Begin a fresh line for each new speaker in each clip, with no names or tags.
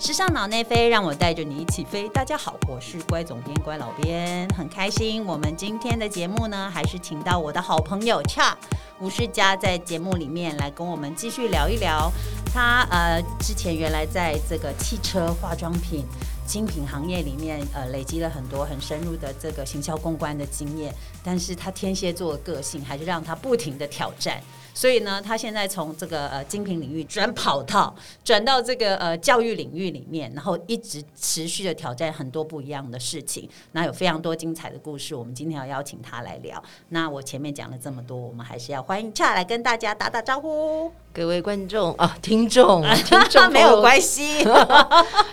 时尚脑内飞，让我带着你一起飞。大家好，我是乖总编乖老编，很开心。我们今天的节目呢，还是请到我的好朋友恰吴世佳在节目里面来跟我们继续聊一聊。他呃，之前原来在这个汽车、化妆品、精品行业里面，呃，累积了很多很深入的这个行销公关的经验。但是他天蝎座的个性还是让他不停的挑战。所以呢，他现在从这个呃精品领域转跑道，转到这个呃教育领域里面，然后一直持续的挑战很多不一样的事情。那有非常多精彩的故事，我们今天要邀请他来聊。那我前面讲了这么多，我们还是要欢迎恰来跟大家打打招呼。
各位观众 啊，听众，听众
没有
朋友，
关系，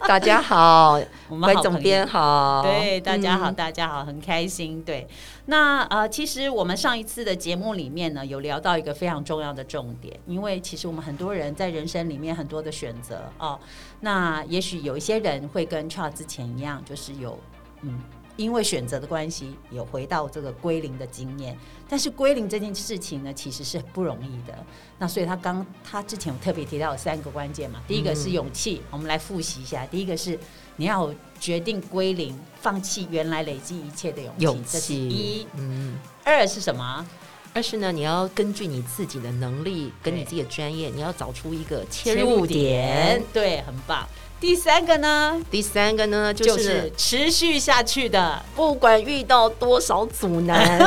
大家好，
我们
乖
好
总
朋友
编好，
对，大家好，
嗯
大家好，很开心。对，那呃，其实我们上一次的节目里面呢，有聊到一个非常重要的重点，因为其实我们很多人在人生里面很多的选择哦，那也许有一些人会跟 Charles 之前一样，就是有嗯。因为选择的关系，有回到这个归零的经验，但是归零这件事情呢，其实是不容易的。那所以他刚他之前有特别提到有三个关键嘛，第一个是勇气，我们来复习一下。第一个是你要有决定归零，放弃原来累积一切的勇气，
勇
这是
气，
一。
嗯，
二是什么？
二是呢，你要根据你自己的能力跟
对
你自己的专业，你要找出一个切入点。，
对，很棒。第三个呢，
第三个呢，就
就是是持续下去的
不管遇到多少阻难，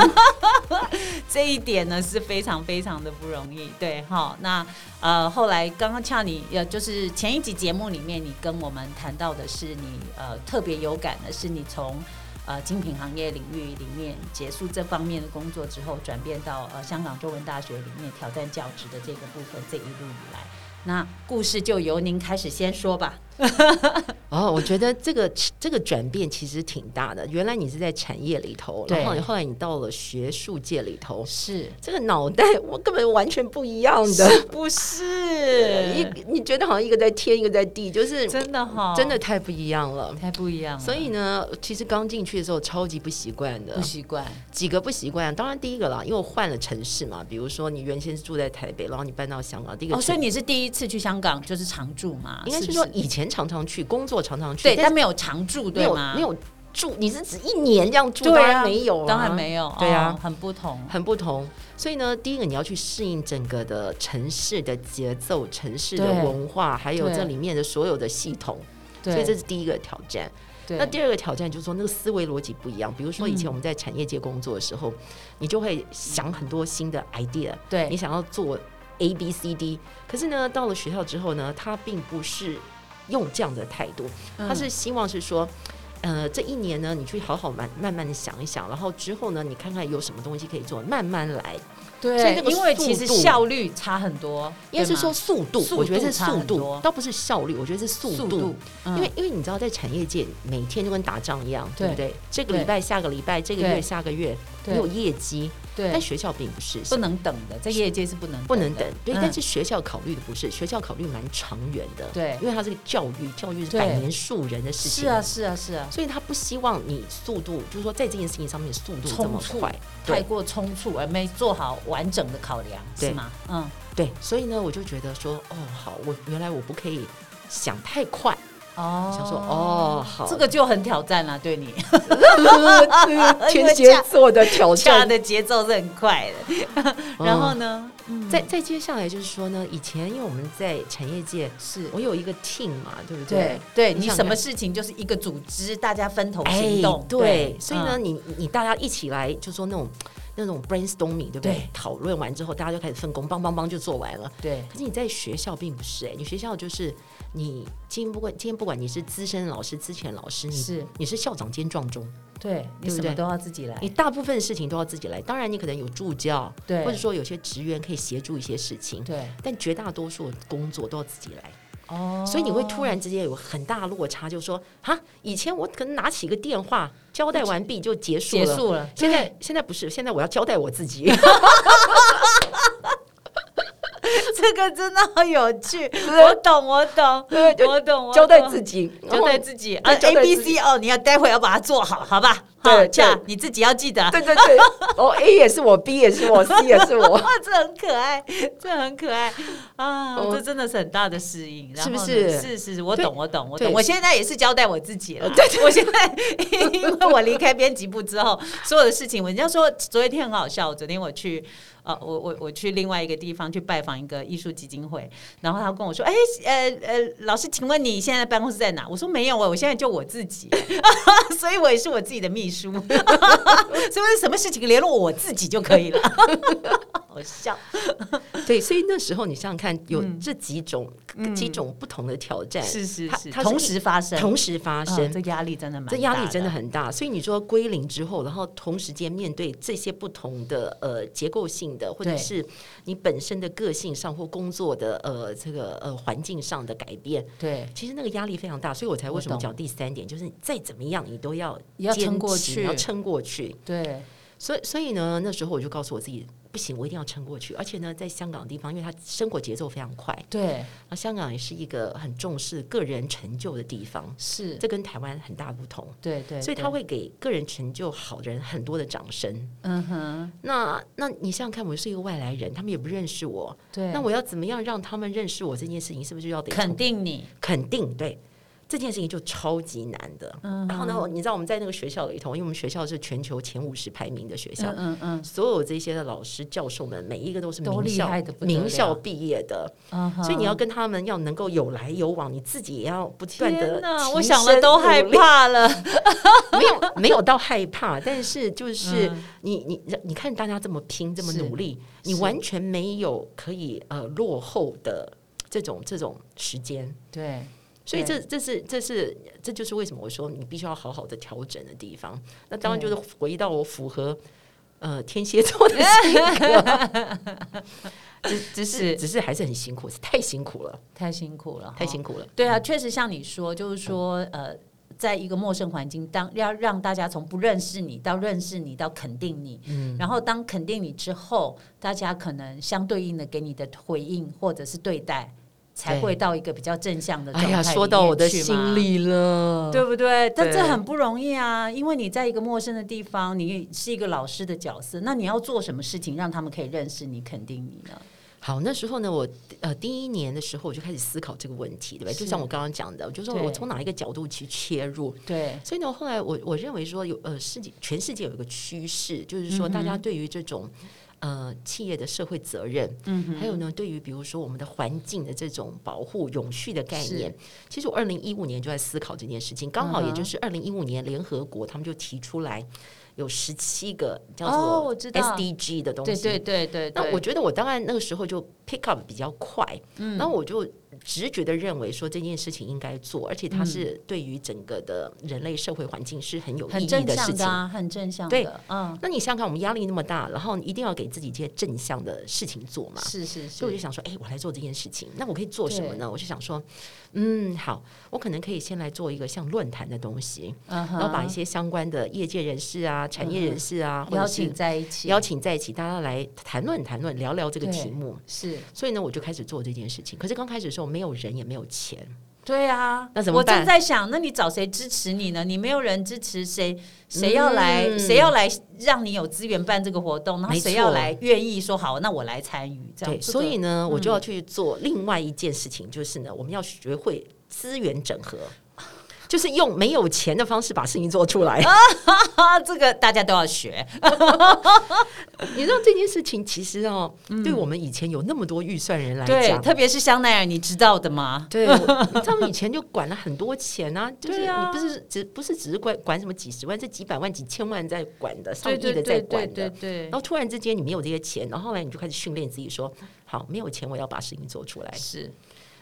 这一点呢是非常非常的不容易，对哈。那呃，后来刚刚恰你呃，就是前一集节目里面，你跟我们谈到的是你呃特别有感的是你从呃精品行业领域里面结束这方面的工作之后，转变到呃香港中文大学里面挑战教职的这个部分，这一路以来，那故事就由您开始先说吧。
哦，我觉得这个这个转变其实挺大的。原来你是在产业里头，
对
然后你后来你到了学术界里头，
是
这个脑袋我根本完全不一样的。
是不
一
是？
你觉得好像一个在天，一个在地，就是
真的嗯哈，
真的太不一样了。
太不一样了，
所以呢，其实刚进去的时候超级不习惯的
不，习惯。
几个不习惯。当然第一个啦，因为我换了城市嘛，比如说你原先是住在台北，然后你搬到香港，第一个
哦，所以
城
你是第一次去香港，就是常住嘛？
应该
是
是
不
说
是
以前常常去，工作常常去，
对，
但
但没有常住，
没
对
有
吗？
没有住，你是指一年这样住，
对啊
当然没有、啊，
当然没有，
对啊
哦很不同。
很不同。所以呢，第一个你要去适应整个的城市的节奏、城市的
对
文化，还有
对
这里面的所有的系统，
对，
所以这是第一个挑战。
对
那第二个挑战就是说，那个思维逻辑不一样。比如说，以前
嗯
我们在产业界工作的时候，你就会想很多新的 idea，你
对
想要做 A、B、C、D。可是呢，到了学校之后呢，他并不是用这样的态度，
嗯
他是希望是说。呃，这一年呢，你去好好慢慢慢的想一想，然后之后呢，你看看有什么东西可以做，慢慢来。所以
对
那，个
因为其实
速度
效率差很多，
应该是
对吗
说速度，
速
我觉得
度
是
差
速
很多
度，倒不是效率，我觉得是速
速
度
度，嗯
因为因为你知道，在产业界每天就跟打仗一样，对不对？这个
对
礼拜、下个礼拜、这个
对
月、下个月，
对
你有业绩，但
对
学校并不是，
不能等的，在业界是不能
不能等
的。
对，
嗯
但是学校考虑的不是，学校考虑蛮长远的，
对
因为它是个教育，教育是
对
百年树人的事情，
是啊，是啊是啊，
所以他不希望你速度，就是说在这件事情上面速度这么
冲突
快，
太
对
过匆促而没做好完整的考量，
对
是吗？嗯，
对，所以呢，我就觉得说，哦，好，我原来我不可以想太快，
哦
想说哦好
这个就很挑战了，对你，
天蝎座的挑
恰
战
的节奏是很快的。然后呢，嗯
再再接下来就是说呢，以前因为我们在产业界，
是
我有一个 team 嘛，对不
对
对？
对，你
想
什
看
么事情就是一个组织，大家分头
哎
行动，，
对，所以呢，
嗯
你你大家一起来，就说那种那种 brainstorming，对不对
对？
讨论完之后，大家就开始分工，帮帮帮就做完了。
啊对
可是你在学校并不是哎、你学校就是你今天不管今天不管你是资深老师、资浅老师，你
是
你是校长兼撞钟，
对，你
对不
什么
对
都要自己来
你，大部分事情都要自己来。当然，你可能有助教，
对
或者说有些职员可以协助一些事情，
对
但绝大多数工作都要自己来。
哦，
所以 你会突然之间有很大的落差，就说啊，以前我可能拿起一个电话交代完毕就结束了，
结束了，
现在现在不是，现在我要交代我 自己，
这个真的好有趣，我懂，我懂，
对就
我懂，我
交代
己，
自己，
交代
己。
自己啊
哦对交
，A
代
B
自己
C 哦，你要待会要把它做好，好吧？哈，
对
恰
对
你自己要记得啊，
对对对，哦，A 也是我，B 也是我，C 也是我，
哇，这很可爱，这很可爱啊！
哦
这真的是很大的适应，然后呢
是不是
是是，我
对
懂，我懂，我
对哦
懂。我现在也是交代我自己了。对，我现在 因为我离开编辑部之后，所有的事情，我人家说昨天很好笑，昨天我去。呃，我我我去另外一个地方去拜访一个艺术基金会，然后他跟我说：“哎、呃呃，老师，请问你现在办公室在哪？”我说：“没有啊，我现在就我自己， 所以我也是我自己的秘书， 所以什么事情联络我自己就可以了。” 好笑。
对，所以那时候你想想看，有
嗯
这几种、几种不同的挑战，
是是
哎它
是，
它
同
是一
时发生，
同时发
嗯
生，
这压力真的蛮，
这压力真的
很，
很大。所以你说归零之后，然后同时间面对这些不同的呃结构性的，或者
对
是你本身的个性上或工作的呃这个呃环境上的改变，
对，
其实那个压力非常大。所以我才为什么
我懂
讲第三点，就是你再怎么样你都要
也要
坚
撑过
持
去
你要撑过去。
对，
所以，所以呢，那时候我就告诉我自己，不行，我一定要撑过去。而且呢，在香港地方，因为它生活节奏非常快，
对，
那香港也是一个很重视个人成就的地方，
是，
这跟台湾很大不同。
对对，
所以
对
他，会给个人成就好的人很多的掌声。
嗯哼，
那那你想想看，我是一个外来人，他们也不认识我，
对，
那我要怎么样让他们认识我这件事情，是不是就要得
肯定你，
肯定对？这件事情就超级难的。
嗯
然后呢，你知道我们在那个学校里头，因为我们学校是全球前五十排名的学校，
嗯嗯嗯
所有这些的老师、教授们，每一个都是
都
名
厉
校
害得不得了
名校毕业的，
嗯哼，
所以你要跟他们要能够有来有往，你自己也要不断
天
的
哪，我想了都害，怕了，
没有没有到害怕，但是就是
嗯
你你你看大家这么拼，这么
是
努力，你
是
完全没有可以呃落后的这种这种时间。
对，
所以这这是这是这就是为什么我说你必须要好好的调整的地方。那当然就是回到我符合呃天蝎座的性格，
只只是
只是哦还是很辛苦，是太辛苦了，
太辛苦了，
太
哈
辛苦了。
对啊，确实像你说，就是说，呃，在一个陌生环境，当要让大家从不认识你到认识你到肯定你，
嗯
然后当肯定你之后，大家可能相对应的给你的回应或者是对待，才
对
会到一个比较正向的状
哎
态。
呀，说到我的心。里了。
对不对？但这
对
很不容易啊，因为你在一个陌生的地方，你是一个老师的角色，那你要做什么事情让他们可以认识你、肯定你呢？
好，那时候呢，我呃第一年的时候我就开始思考这个问题，对吧？
是
就像我刚刚讲的，我就说
对
我从哪一个角度去切入。
对，
所以呢，后来我我认为说有呃世界全世界有一个趋势，就是
嗯
说
哼
大家对于这种。呃，企业的社会责任，
嗯哼，
还有呢，对于比如说我们的环境的这种保护、永续的概念
是，
其实我二零一五年就在思考这件事情，刚好
嗯哼
也就是二零一五年联合国他们就提出来有十七个叫
哦
做
我知道
SDG 的东西，
对对对对
那
对
我觉得我当然那个时候就 pick up 比较快，嗯，然后我就直觉的认为说这件事情应该做，而且它是对于整个的人类社会环境是很有意
嗯很
义
正
的事
向
情。
啊，很正向的，
对
嗯，
那你想想看，我们压力那么大，然后你一定要给自己一些正向的事情做嘛。
是是是
所以我就想说，哎、我来做这件事情，那我可以做什么呢？我就想说，嗯，好，我可能可以先来做一个像论坛的东西，
嗯哼，
然后把一些相关的业界人士啊、产业人士啊，或
嗯邀
者是
请在一起，
邀请在一起，大家来谈论谈论，聊聊这个
对
题目。
是
所以呢，我就开始做这件事情。可是刚开始的时候，没有人也没有钱，
对啊，
那怎么
我正
办
在想，那你找谁支持你呢？你没有人支持谁，谁要来，
嗯
谁要来让你有资源办这个活动，然后
没
谁
错
要来愿意说好，那我来参与，这样。
对，
这个
所以
嗯
呢，我就要去做另外一件事情，就是呢，我们要学会资源整合，就是用没有钱的方式把事情做出来。
啊，这个大家都要学，
你知道这件事情其实哦，对我们以前有那么多预算人来
嗯对，
讲。
特别是香奈儿，你知道的吗？
对，我他们以前就管了很多钱 啊，就是
对
你
啊
不是只不是只是管管什么几十万，这几百万、几千万在管的，上亿的在管的。
对
然，后突然之间你没有这些钱，然后后来你就开始训练自己说，好，没有钱我要把事情做出来。
是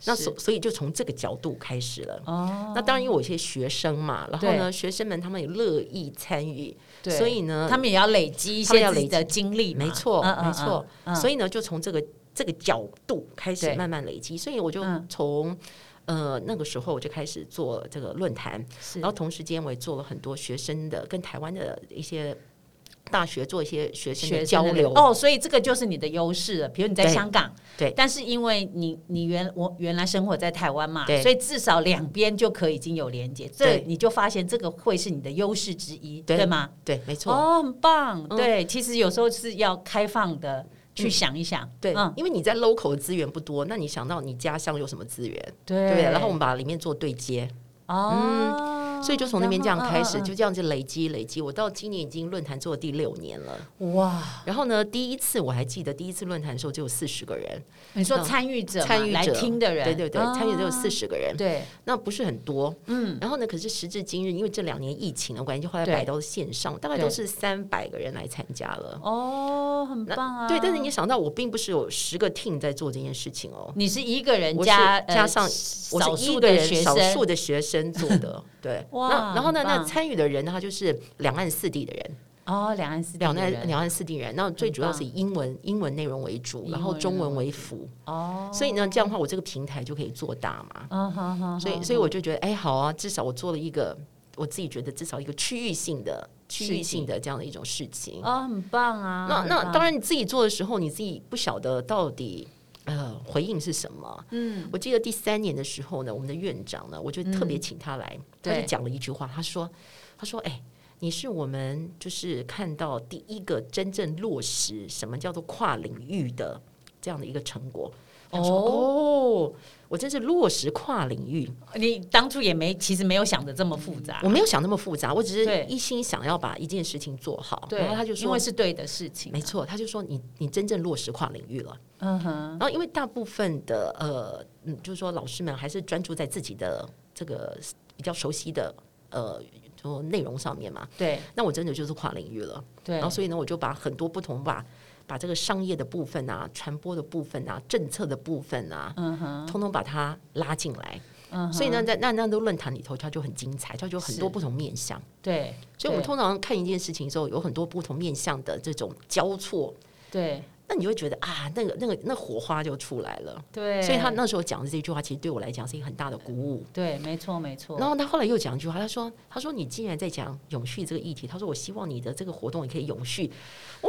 那
是
所所以就从这个角度开始了。
哦，
那当然，因为我有一些学生嘛，然后呢，学生们他们也乐意参与，
对
所以呢，
他们也要累积一
他们
些
要
自己
累积
的经历嘛，
没错，
嗯
没错，所
以
以呢，就从这个这个角度开始
对
慢慢累积。所以我就
嗯
从、呃那个时候我就开始做这个论坛，
是
然后同时间我也做了很多学生的跟台湾的一些。大学做一些学生
学
的
生
交
的
流。
哦，所以这个就是你的优势了。比如你在
对
香港，
对
但是因为你你原我原来生活在台湾嘛，
对
所以至少两边就可以已经有连接，这
对
你就发现这个会是你的优势之一，
对
吗？
对，没错。
哦，很棒，
嗯
对，其实有时候是要开放的去想一想，
对，
嗯，
因为你在 local 的资源不多，那你想到你家乡有什么资源，
对嗯
对不对，然后我们把里面做对接，
哦，
所以就从那边这样开始，
然后
就这样子累积累积。我到今年已经论坛做了第六年了。
嗯嗯哇，
然后呢，第一次我还记得，第一次论坛的时候只有四十个人，
你说
嗯
参与者嘛
参与
来
者
听的人，
对对对，
哦
参与只有四十个人，
对，
那不是很多。
嗯，
然后呢，可是时至今日，因为这两年疫情的关系，就后来
对
摆到线上，大概
对
都是三百个人来参加了。
哦，很棒啊，
对，但是你想到，我并不是有十个 team 在做这件事情哦，
你是一个人
我是
加呃
加上
少
我是
数
一个
的
人
学
少
生，
数的学生做 的，对。
哇
那然后呢，
很棒
那参与的人呢，他就是两岸四地的人，
哦，两岸四地
两
的人
岸两岸四地人。那最主要是以英文英文内容为主，
英文
然后中文为辅。
哦，
所以呢，这样的话，我这个平台就可以做大嘛。
啊哈哈，
所以，所以我就觉得，哎，好啊，至少我做了一个我自己觉得至少一个区域性的、
情
区域性的这样的一种事情。
哦，很棒啊，
那
很
那
棒
当然，你自己做的时候，你自己不晓得到底呃回应是什么。
嗯，
我记得第三年的时候呢，我们的院长呢，我就特别请他来，他
对
就讲了一句话，他说：“他说，哎、你是我们就是看到第一个真正落实什么叫做跨领域的这样的一个成果。”他说：“哦，我真是落实跨领域，
你当初也没其实没有想的这么复杂，
我没有想那么复杂，我只
对
是一心想要把一件事情做好。”
对，
然后他就
因
说
为。是对的事情，
没错，他就说你你真正落实跨领域了。
嗯哼，
然后因为大部分的呃，嗯，就是说老师们还是专注在自己的这个比较熟悉的呃，就内容上面嘛。
对
那我真的就是跨领域了。
对
然后所以呢，我就把很多不同把把这个商业的部分啊、传播的部分啊、政策的部分啊，
嗯哼，
通通把它拉进来。
嗯哼，
所以呢，在那那都论坛里头，它就很精彩，它就有很多
是
不同面向。
对，
所以我们
对
通常看一件事情的时候，有很多不同面向的这种交错，
对
那你就会觉得啊，那个那个那火花就出来了。
对，
所以他那时候讲的这句话，其实对我来讲是一个很大的鼓舞。
对，没错没错，
然后他后来又讲一句话，他说：“他说你既然在讲永续这个议题，他说我希望你的这个活动也可以永续。”哇，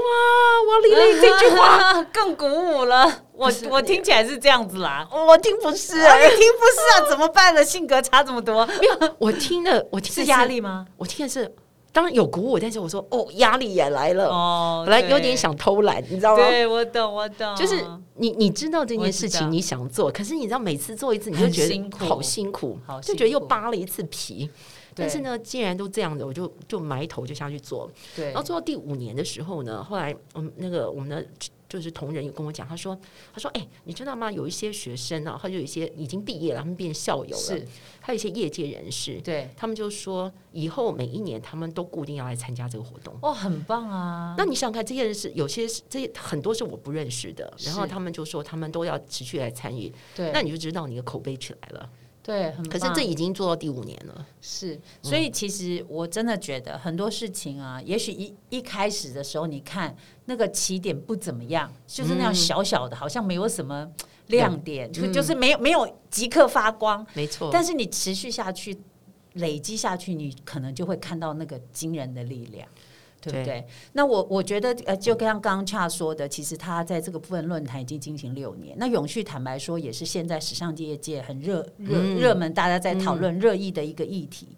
王丽丽这句话，
话 更鼓舞了。我
是
我听起来是这样子啦， 我听不是、啊，听不是啊，怎么办呢？性格差这么多，
没有，我听了，我听的
是压，力吗？
我听的是当然有鼓舞，但是我说哦，压力也来了，
哦，
本来有
对
点，想偷懒，你知道吗？
对我懂我懂，
哦就是你，你知道这
我
件
知
事
道
情，你想做，可是你知道每次做一次，你就
很
觉
辛苦
得好辛苦
好，
就觉得
辛
又
苦
扒了一次皮。但是
对
呢，既然都这样的，我就就埋头就下去做。
对
然后做到第五年的时候呢，后来我们那个我们的就是同仁有跟我讲，他说他说哎、你知道吗？有一些学生啊，他就有一些已经毕业了，他们变校友了
是，
还有一些业界人士，
对，
他们就说以后每一年他们都固定要来参加这个活动。
哦，很棒啊，
那你想想看，这些人是有些是这些很多是我不认识的，然后
是
他们就说他们都要持续来参与，
对，
那你就知道你的口碑起来了。
对，很
可是
棒
这已嗯经做到第五年了，
是，所以其实我真的觉得很多事情啊，也许一一开始的时候，你看那个起点不怎么样，就是
嗯
那样小小的，好像没有什么亮点，就就是没有没有即刻发光，
没错
但是你持续下去，累积下去，你可能就会看到那个惊人的力量。对不对？
对
那我我觉得，呃，就像刚刚恰说的，其实他在这个部分论坛已经进行六年。那永续坦白说，也是现在时尚业界很热热
嗯
热门，大家在讨论热议的一个议题。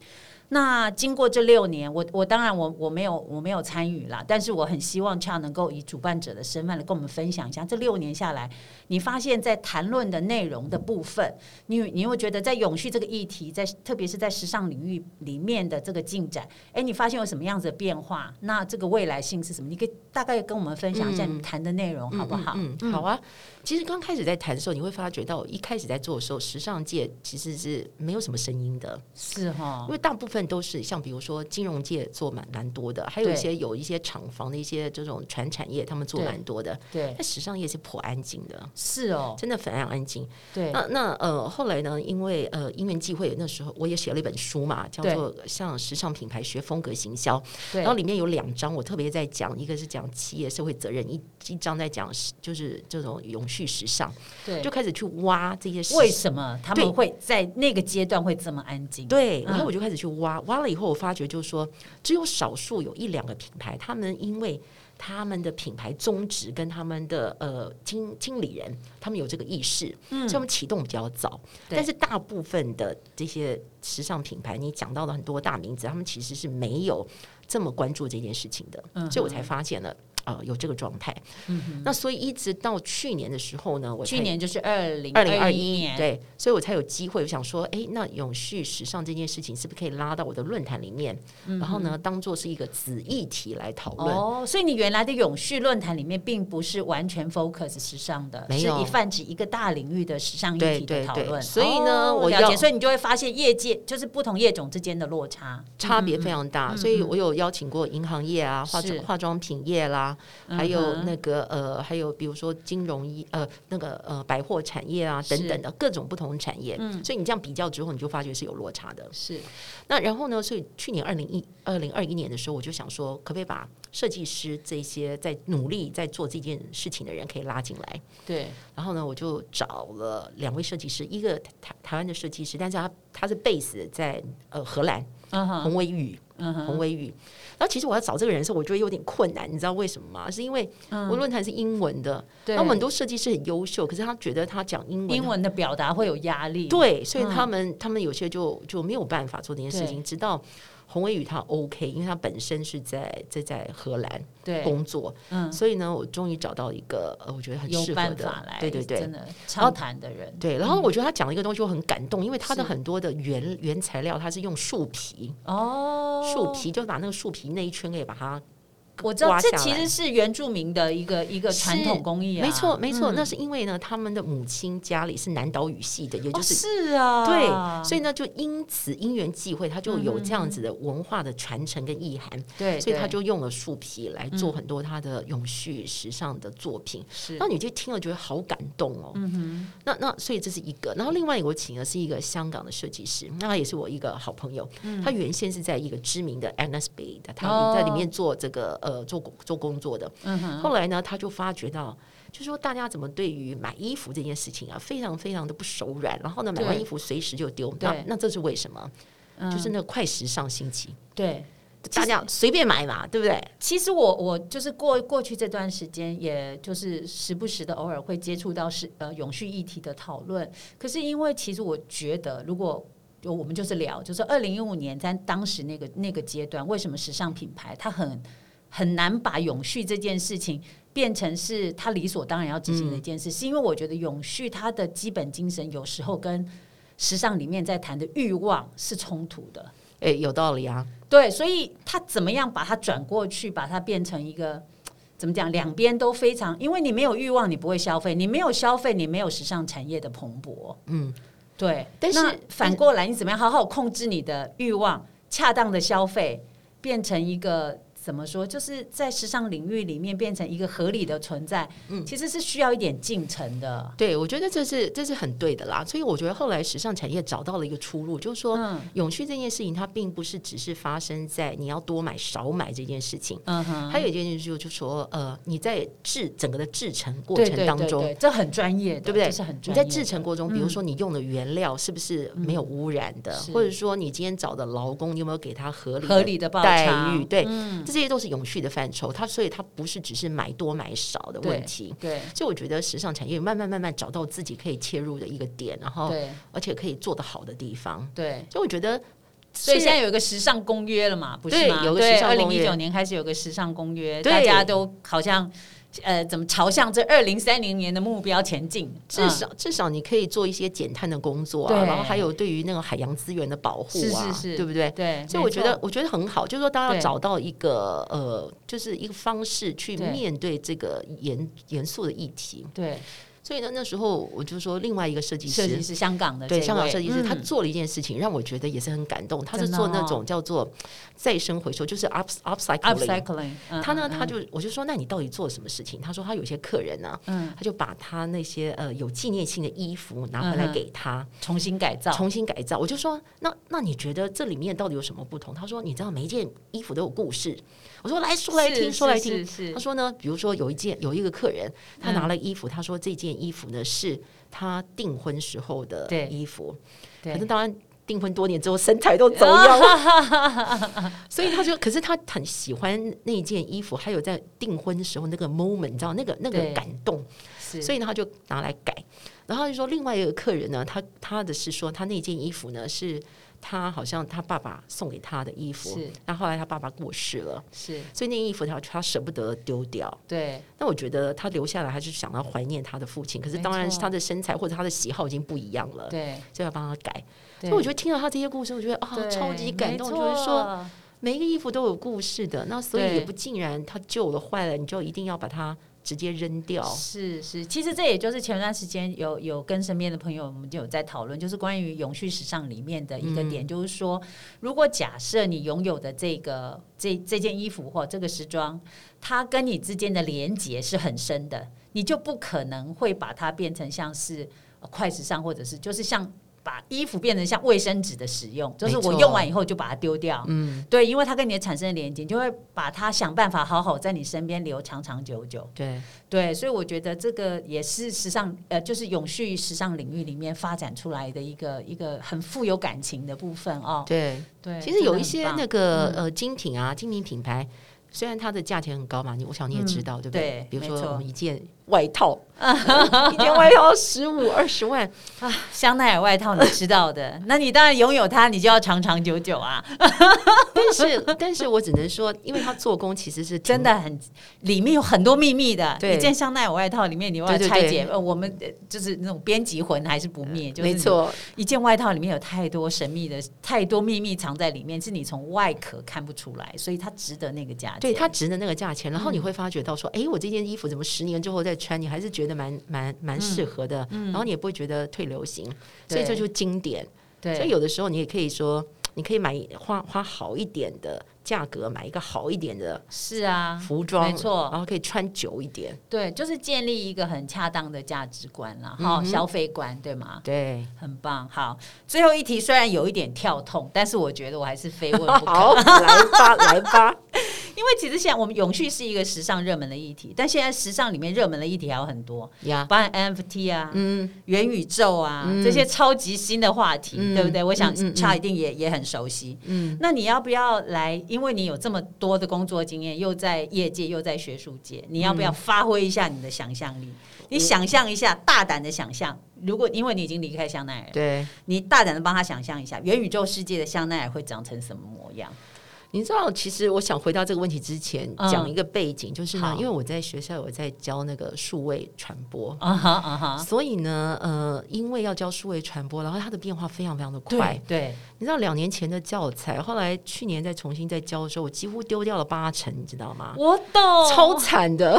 那经过这六年，我我当然我我没有我没有参与啦，但是我很希望恰能够以主办者的身份来跟我们分享一下，这六年下来，你发现在谈论的内容的部分，你你会觉得在永续这个议题，在特别是在时尚领域里面的这个进展，哎，你发现有什么样子的变化？那这个未来性是什么？你可以大概跟我们分享一下你谈的内容好不好？
嗯，好啊。其实刚开始在谈的时候，你会发觉到，一开始在做的时候，时尚界其实是没有什么声音的，
是哦哈
因，为大部分都是像比如说金融界做蛮蛮多的，还有一
对
些有一些厂房的一些这种传产业，他们做
对
蛮多的。
对，
但时尚业是颇安静的，
是哦，
真的非常安静。
对，
那那呃，后来呢，因为呃因缘际会，那时候我也写了一本书嘛，叫
对
做《向时尚品牌学风格行销》，
对
然后里面有两章我特别在讲，一个是讲企业社会责任，一一章在讲是就是这种永趣时尚，
对，
就开始去挖这些时
为什么他们
对
会在那个阶段会这么安静？，
对，然
嗯
后我就开始去挖，挖了以后，我发觉就是说，只有少数有一两个品牌，他们因为他们的品牌宗旨跟他们的呃经经理人，他们有这个意识，
嗯
所以他们启动比较早。
对
但是大部分的这些时尚品牌，你讲到的很多大名字，他们其实是没有这么关注这件事情的，
嗯哼
所以我才发现了。呃，有这个状态，
嗯
那所以一直到去年的时候呢，我才
去年就是二零
二零
二
二
一
一
年，，
对，所以我才有机会，我想说，哎，那永续时尚这件事情是不是可以拉到我的论坛里面，然后呢，当做是一个子议题来讨论？
嗯哦，所以你原来的永续论坛里面并不是完全 focus 时尚的，
没
是
有
一泛指一个大领域的时尚议
对
题的
对
讨
对
论。
所以呢
哦
我
了解，
要
所以你就会发现业界就是不同业种之间的落差。
差
嗯
别非常大，所以我有邀请过银行业啊、化妆
是
化妆品业啦，还有
嗯哼
那个呃，还有比如说金融业呃，那个呃百货产业啊等等的各种不同产业。
嗯
所以你这样比较之后，你就发觉是有落差的。
是
那然后呢？所以去年二零一二零二一年的时候，我就想说，可不可以把设计师这些在努力在做这件事情的人可以拉进来？
对，
然后呢，我就找了两位设计师，一个台台台湾的设计师，但是他他是 base 在呃荷兰
嗯哼，
洪威宇，
嗯
洪威宇。然后其实我要找这个人的时候，我觉得有点困难，你知道为什么吗？是因为我论坛是英文的，
嗯对，
那我们很多设计师很优秀，可是他觉得他讲英文，
英文的表达会有压力。，
对，所以他们、
嗯
他们有些就就没有办法做这件事情，直到洪伟宇他 OK，因为他本身是在在在荷兰
对，
工作，
嗯，
所以呢，我终于找到一个呃，我觉得很
有
适合
办法
的
来，，
对对对
真。的畅谈的人，
对，然后我觉得他讲了一个东西，我很感动，因为他的
是
很多的原原材料，他是用树皮，
嗯哦，
树皮就把那个树皮那一圈给把它
我知道
刮
这
下
其
来
实是原住民的一个一个传
是
统工艺啊，
没错，没错，
嗯
那是因为呢，他们的母亲家里是南岛语系的，也
哦
就是、
是啊，嗯
对，所以呢，就因此因缘际会，他就有这样子的文化的传承跟意涵，
对，
所以
对嗯
他就用了树皮来做很多他的永续时尚的作品。
是
那你就听了觉得好感动哦。嗯哼，那那所以这是一个，然后另外一个我请的是一个香港的设计师，那他也是我一个好朋友。他原先是在一个知名的 Agnes Bay 的，
嗯哦
他在里面做这个、呃做工做工作的。
嗯哼，
后来呢，他就发觉到，就说大家怎么对于买衣服这件事情啊，非常非常的不手软，然后呢，买完
对
衣服随时就丢。那
对
那这是为什么？
嗯
就是那个快时尚兴起，
对。
大家随便买嘛，对不对？
其实我我就是过过去这段时间，也就是时不时的偶尔会接触到是呃永续议题的讨论。可是因为其实我觉得，如果就我们就是聊，就是二零一五年在当时那个那个阶段，为什么时尚品牌它很很难把永续这件事情变成是它理所当然要执
嗯
行的一件事，是因为我觉得永续它的基本精神有时候跟时尚里面在谈的欲望是冲突的。
哎，有道理啊。
对，所以他怎么样把它转过去，把它变成一个怎么讲？两边都非常，因为你没有欲望，你不会消费；你没有消费，你没有时尚产业的蓬勃。嗯，对。
但是
那反过来，你怎么样好好控制你的欲望，恰当的消费，变成一个怎么说？就是在时尚领域里面变成一个合理的存在。嗯，其实是需要一点进程的。
对，我觉得这是这是很对的啦。所以我觉得后来时尚产业找到了一个出路，就是说，
嗯
永续这件事情它并不是只是发生在你要多买少买这件事情，
嗯哼，
还有一件事就是说，呃，你在制整个的制成过
对
程当中，
对对对这很专业的，
对不对
这是很
你
专业
在
的。嗯
制成过程中，比如说你用的原料是不是没有污染的，
是
或者说你今天找的劳工，你有没有给他合理
合理的报
待
偿嗯
遇？对，这些都是永续的范畴。它所以它不是只是买多买少的问题。
对
所以我觉得时尚产业慢慢慢慢找到自己可以切入的一个点，然后
对
而且可以做得好的地方。
对。
所以我觉得，
所以现在有一个时尚公约了嘛，不是
对
吗？
有个
对，
时
二
尚
零
公
一
约
九年开始有个时尚公约，
对
大家都好像呃，怎么朝向这二零三零年的目标前进？
至少、至少你可以做一些减碳的工作啊，
嗯对
然后还有对于那个海洋资源的保护
是
啊，
是是
对不对
嗯、？对，
所以我
没错
觉得，我觉得很好，就是说，大家
对
要找到一个呃，就是一个方式去
对
面对这个严严肃的议题。
对，
所以呢，那时候我就说，另外一个设计
设计
师，
师香港的
对
这
香港
位
设计师，他
嗯
做了一件事情，让我觉得也是很感动。他是
真的
做那
哦
种叫做再生回收，就是 up upcycling。
upcycling，嗯
他呢，
嗯
他就我就说，那你到底做了什么事情？他说，他有些客人呢、
嗯
他就把他那些呃有纪念性的衣服拿回来
嗯哼
给他，
重新改造，
重新改造。我就说，那那你觉得这里面到底有什么不同？他说，你知道每一件衣服都有故事。我说，来说来
是
听，说来
是
听。
是嗯
他
是
说呢，比如说有一件有一个客人，他拿了衣服，他说这件件衣服呢是他订婚时候的
对
衣服，
对
可是当然。订婚多年之后，身材都走样了， 所以他就，可是他很喜欢那件衣服，还有在订婚时候那个 moment，你知道那个那个
对
感动，
是
所以呢，他就拿来改。然后他就说，另外一个客人呢，他他的是说，他那件衣服呢是他好像他爸爸送给他的衣服
是，
那后来他爸爸过世了，
是，
所以那件衣服他他舍不得丢掉。
对
那我觉得他留下来，他就想要怀念他的父亲。可是
没
当然，
错
他的身材或者他的喜好已经不一样了，
对。
所以要帮他改。
对
所以我觉得听到他这些故事，我觉得啊、
对
超级感动，
没
就是说
错
每一个衣服都有故事的。那所
对
以也不尽然，它旧了坏了，你就一定要把它直接扔掉。
是是，其实这也就是前段时间有有跟身边的朋友，我们就有在讨论，就是关于永续时尚里面的一个点，就是说，如果假设你拥有的这个这这件衣服或这个时装，它跟你之间的连结是很深的，你就不可能会把它变成像是呃快时尚，或者是就是像。把衣服变成像卫生纸的使用，就是
没
我
错
用完以后就把它丢掉。嗯，对，因为它跟你的产生的连接，你就会把它想办法好好在你身边留长长久久。
对，
对，所以我觉得这个也是时尚，呃，就是永续时尚领域里面发展出来的一个一个很富有感情的部分哦。
对。
对，
其实有一些那
个
个呃精品啊，精品品牌。虽然它的价钱很高嘛，你我想你也知道，对不
嗯对
比如
没错
说我们一件外套， 呃一件外套十五二十万，
香奈儿外套你知道的，那你当然拥有它，你就要长长久久啊，
但是，但是我只能说，因为它做工其实是挺
真，的很，里面有很多秘密的。
嗯对
一件香奈儿外套里面你要
对对
拆
对呃
解，呃，我们呃就是那种编辑魂还是不灭，就是
没错，
一件外套里面有太多神秘的、太多秘密藏在里面，是你从外壳看不出来，所以它值得那个价钱。
对它值的那个价
嗯
钱。然后你会发觉到说，哎、我这件衣服怎么十年之后再穿，你还是觉得蛮蛮蛮适合的，然后你也不会觉得退流行，所以
嗯对
这就是经典。
对，
所以有的时候你也可以说，你可以买花花好一点的价格买一个好一点的
是啊，
服装，
没错
然后可以穿久一点，
对，就是建立一个很恰当的价值观啦，哈、消费观对吗？
对，
很棒，好，最后一题虽然有一点跳痛，但是我觉得我还是非问不可，
好，来吧，来 吧，
因为其实现在我们永续是一个时尚热门的议题，但现在时尚里面热门的议题还有很多，
呀，
包含 NFT 啊、
嗯，
元宇宙啊、这些超级新的话题，
嗯
对不对？我想
嗯嗯嗯
Cha 一定也、也很熟悉。
嗯，
那你要不要来？因为你有这么多的工作经验，又在业界又在学术界，你要不要发挥一下你的想象力？
嗯
你想象一下，大胆的想象。如果因为你已经离开香奈儿，
对。
你大胆的帮他想象一下，元宇宙世界的香奈儿会长成什么模样？
你知道，其实我想回答这个问题之前，
嗯
讲一个背景，就是呢
好，
因为我在学校有在教那个数位传播，
啊哈啊哈，
所以呢，呃，因为要教数位传播，然后它的变化非常非常的快
对。对，
你知道，两年前的教材，后来去年再重新再教的时候，我几乎丢掉了八成，你知道吗？
我懂，
啊超惨 的，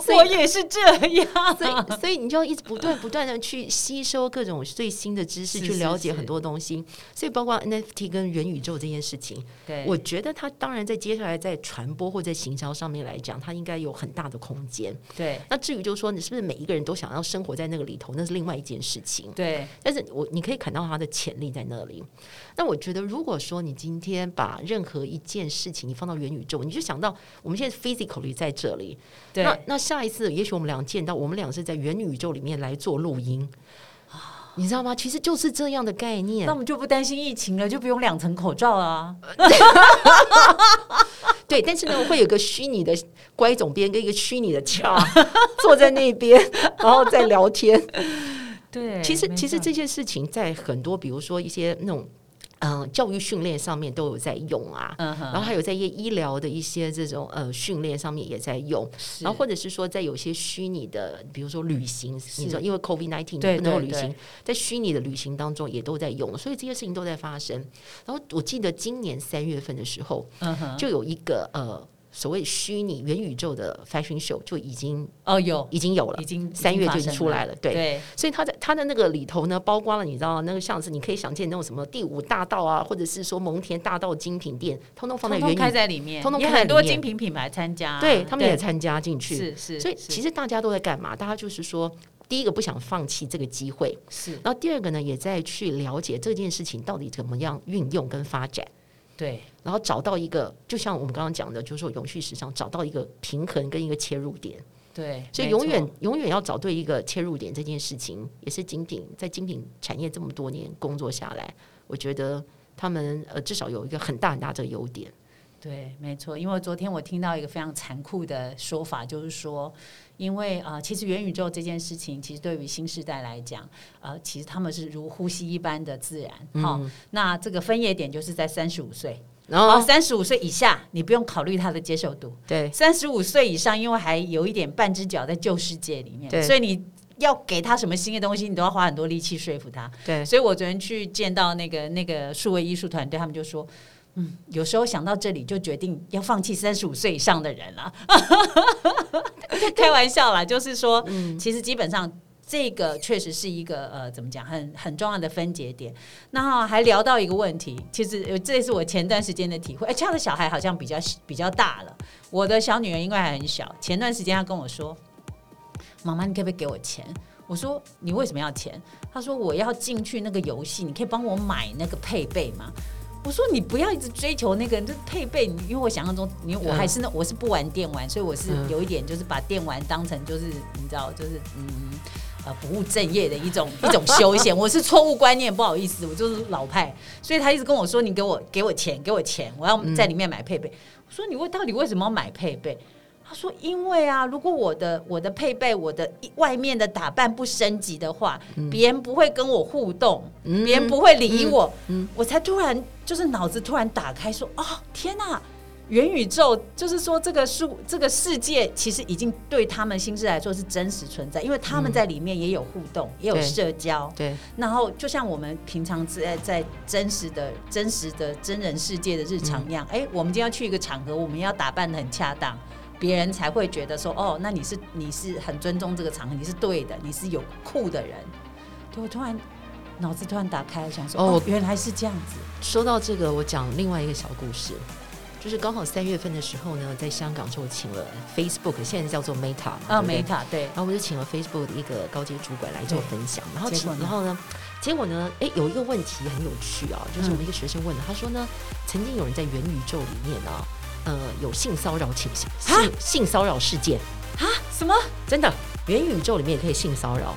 所以
我也是这样，
所以，所以你就要一直不断不断的去吸收各种最新的知识，
是
去
是
了解
是
很多东西。所以，包括 NFT 跟元宇宙这件事情，
对，
我觉得它当然在接下来在传播或在行销上面来讲，它应该有很大的空间。
对
那至于就是说，你是不是每一个人都想要生活在那个里头，那是另外一件事情。
对
但是我你可以看到它的潜力在那里。那我觉得，如果说你今天把任何一件事情你放到元宇宙，你就想到我们现在 physically 在这里，那
对，
那下一次也许我们俩见到，我们俩是在元宇宙里面来做录音，你知道吗？其实就是这样的概念
那。我们就不担心疫情了，就不用两层口罩啊。
对，但是呢，会有个虚拟的乖总编跟一个虚拟的
啊
俏 坐在那 边，然后在聊天。
对，
其实，
哎没
其实
错
这件事情在很多，比如说一些那种。嗯，教育训练上面都有在用啊，
嗯哼
然后还有在一些医疗的一些这种呃训练上面也在用，
是
然后或者是说在有些虚拟的，比如说旅行，你说因为 COVID nineteen
对
不能够
对
旅行
对，
在虚拟的旅行当中也都在用，所以这些事情都在发生。然后我记得今年三月份的时候，
嗯哼，
就有一个呃所谓虚拟元宇宙的 fashion show 就已经
哦有，
已经有了
已，经
三月就已经出来
了，
了，对。
对
所以它在它的那个里头呢，包括了你知道那个像是你可以想见那种什么第五大道啊，或者是说蒙田大道精品店，通通放在
通
元
通开
宇，
在里面，
通通
也
开在
很
里
多
面
精品品牌参加啊，
对他们也参加进去。
是是，
所以
是
其实大家都在干嘛？大家就是说，第一个不想放弃这个机会，
是
然后第二个呢，也在去了解这件事情到底怎么样运用跟发展。
对
然后找到一个，就像我们刚刚讲的，就是说永续时尚，找到一个平衡跟一个切入点。
对，
所以
没
永远
错
永远要找对一个切入点，这件事情也是精品在精品产业这么多年工作下来，我觉得他们呃至少有一个很大很大的优点。
对，没错。因为昨天我听到一个非常残酷的说法，就是说，因为啊、呃其实元宇宙这件事情，其实对于新时代来讲，呃，其实他们是如呼吸一般的自然。好、
嗯
那这个分野点就是在三十五岁，
然
哦，
后
三十五岁以下，你不用考虑他的接受度。
对
三十五岁以上，因为还有一点半只脚在旧世界里面，
对
所以你要给他什么新的东西，你都要花很多力气说服他。
对
所以我昨天去见到那个那个数位艺术团队，他们就说。嗯，有时候想到这里就决定要放弃三十五岁以上的人了， 开玩笑啦，就是说，其实基本上这个确实是一个呃，怎么讲，很很重要的分节点。那还聊到一个问题，其实呃这是我前段时间的体会。哎，这样的小孩好像比较比较大了，我的小女儿因为还很小，前段时间她跟我说：“妈妈，你可不可以给我钱？”我说：“你为什么要钱？”她说：“我要进去那个游戏，你可以帮我买那个配备吗？”我说你不要一直追求那个，就配备。你因为我想象中，你我还是那我是不玩电玩，所以我是
嗯
有一点就是把电玩当成就是你知道就是嗯呃不务正业的一种 一种休闲。我是错误观念，不好意思，我就是老派。所以他一直跟我说：“你给我给我钱，给我钱，我要在里面买配备。我说：“你为到底为什么要买配备？”他说：“因为啊，如果我的我的配备、我的一外面的打扮不升级的话，别、人不会跟我互动，
嗯
别、人不会理我。我才突然就是脑子突然打开说：‘哦，天哪、元宇宙就是说，这个数这个世界其实已经对他们心智来说是真实存在，因为他们在里面也有互动，也有
嗯对
社交，
对
然后就像我们平常在在真实的、真实的真人世界的日常一样，
嗯
哎、我们今天要去一个场合，我们要打扮的很恰当，别人才会觉得说，哦，那你是你是很尊重这个场合，你是对的，你是有酷的人。对我突然脑子突然打开，想说，
哦
哦，原来是这样子。
说到这个，我讲另外一个小故事，就是刚好三月份的时候呢，在香港就请了 Facebook，现在叫做 Meta 嘛
啊，
对不
美
对
塔对，
然后我就请了 Facebook 的一个高阶主管来做分享，然后
嗯结
其
果呢
然后呢，结果呢，哎，有一个问题很有趣啊，就是我们一个学生问的，他说呢，曾经有人在元宇宙里面啊，呃，有性骚扰倾向，
啊
性性骚扰事件，
什么？
真的，元宇宙里面也可以性骚扰。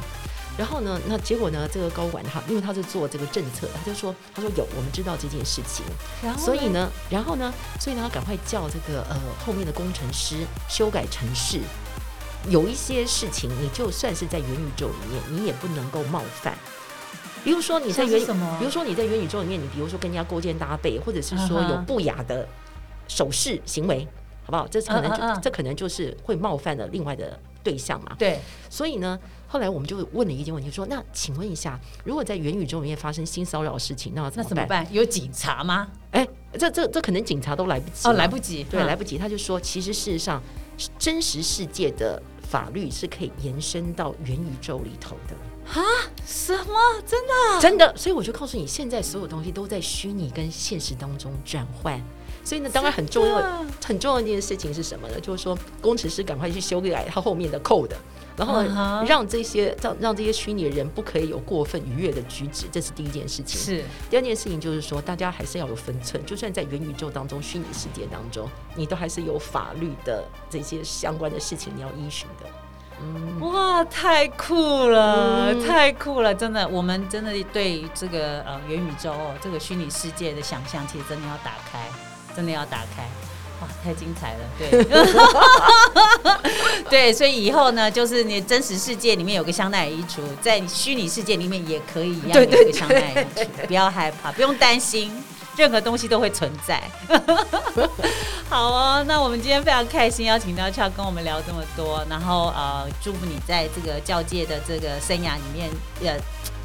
然后呢，那结果呢，这个高管他，因为他是做这个政策的，他就说，他说有，我们知道这件事情，
然后
所以呢，然后呢，所以呢，赶快叫这个呃后面的工程师修改程式。有一些事情，你就算是在元宇宙里面，你也不能够冒犯。比如说你在
像是
元，
什么
比如说你在元宇宙里面，你比如说跟人家勾肩搭背，或者是说
嗯哼
有不雅的手势行为，好不好？这可能就
嗯嗯嗯
这可能就是会冒犯了另外的对象嘛。
对，
所以呢，后来我们就问了一件问题，说：那请问一下，如果在元宇宙里面发生性骚扰事情，那要
那
怎么
怎么
办？
办？有警察吗？
哎，这这这可能警察都来不及
哦，
了
来不及，
对
嗯
来不及。他就说，其实事实上，真实世界的法律是可以延伸到元宇宙里头的，
什么？真的？
真的。所以我就告诉你，现在所有东西都在虚拟跟现实当中转换。所以呢，当然很重要
真的，啊
很重要的一件事情是什么呢？就是说，工程师赶快去修改他后面的 code，然后
嗯哼
让这些让让这些虚拟的人不可以有过分愉悦的举止，这是第一件事情。
是
第二件事情就是说，大家还是要有分寸，就算在元宇宙当中、虚拟世界当中，你都还是有法律的这些相关的事情你要依循的。
哇，太酷了，
嗯
太酷了！真的，我们真的对这个呃元宇宙、哦、这个虚拟世界的想象，其实真的要打开，真的要打开。哇，太精彩了！对， 对，所 以以后呢，就是你真实世界里面有个香奈儿衣橱，在虚拟世界里面也可以一样有
对
一
对
个香奈儿衣橱，不要害怕，不用担心，任何东西都会存在。好哦，那我们今天非常开心，邀请到俏跟我们聊这么多，然后呃，祝福你在这个教界的这个生涯里面，呃，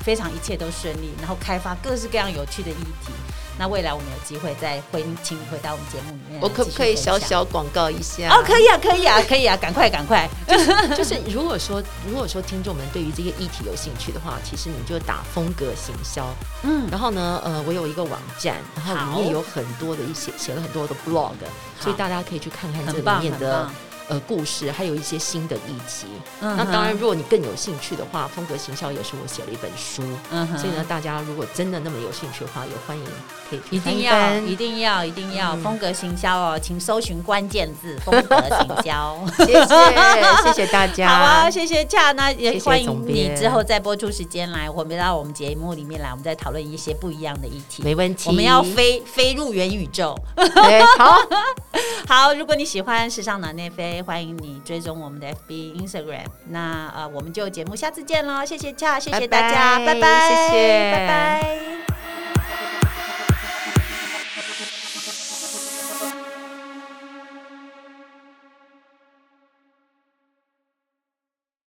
非常一切都顺利，然后开发各式各样有趣的议题。那未来我们有机会再回请你回到我们节目里面来继续分享，
我
哎
可不可以小小广告一下？
哦，可以啊，可以啊，可以啊，赶快赶快，
就是如果说如果说听众们对于这些议题有兴趣的话，其实你就打风格行销，
嗯，
然后呢，呃，我有一个网站，然后里
好
面有很多的一些写了很多的 blog，所以大家可以去看看这
很
里
棒
面
很
的
棒，
呃故事，还有一些新的议题。
嗯哼
那当然，如果你更有兴趣的话，风格行销也是我写了一本书，
嗯哼
所以呢，大家如果真的那么有兴趣的话，也欢迎可以去
一
翻
定
一
要，
翻
一定要，一定要！
嗯
风格行销哦，请搜寻关键字“风格行销”。
谢谢谢谢大家，
好啊，谢谢恰，那也
谢谢
欢迎
总
你
编
之后再播出时间来，我们到我们节目里面来，我们再讨论一些不一样的议题。
没问题。
我们要飞飞入元宇宙。
对好，
好，如果你喜欢时尚脑内飞，欢迎你追踪我们的 FB、Instagram。那呃，我们就节目下次见喽，谢谢恰，谢谢大家，
拜
拜
拜
拜，
谢谢
拜拜。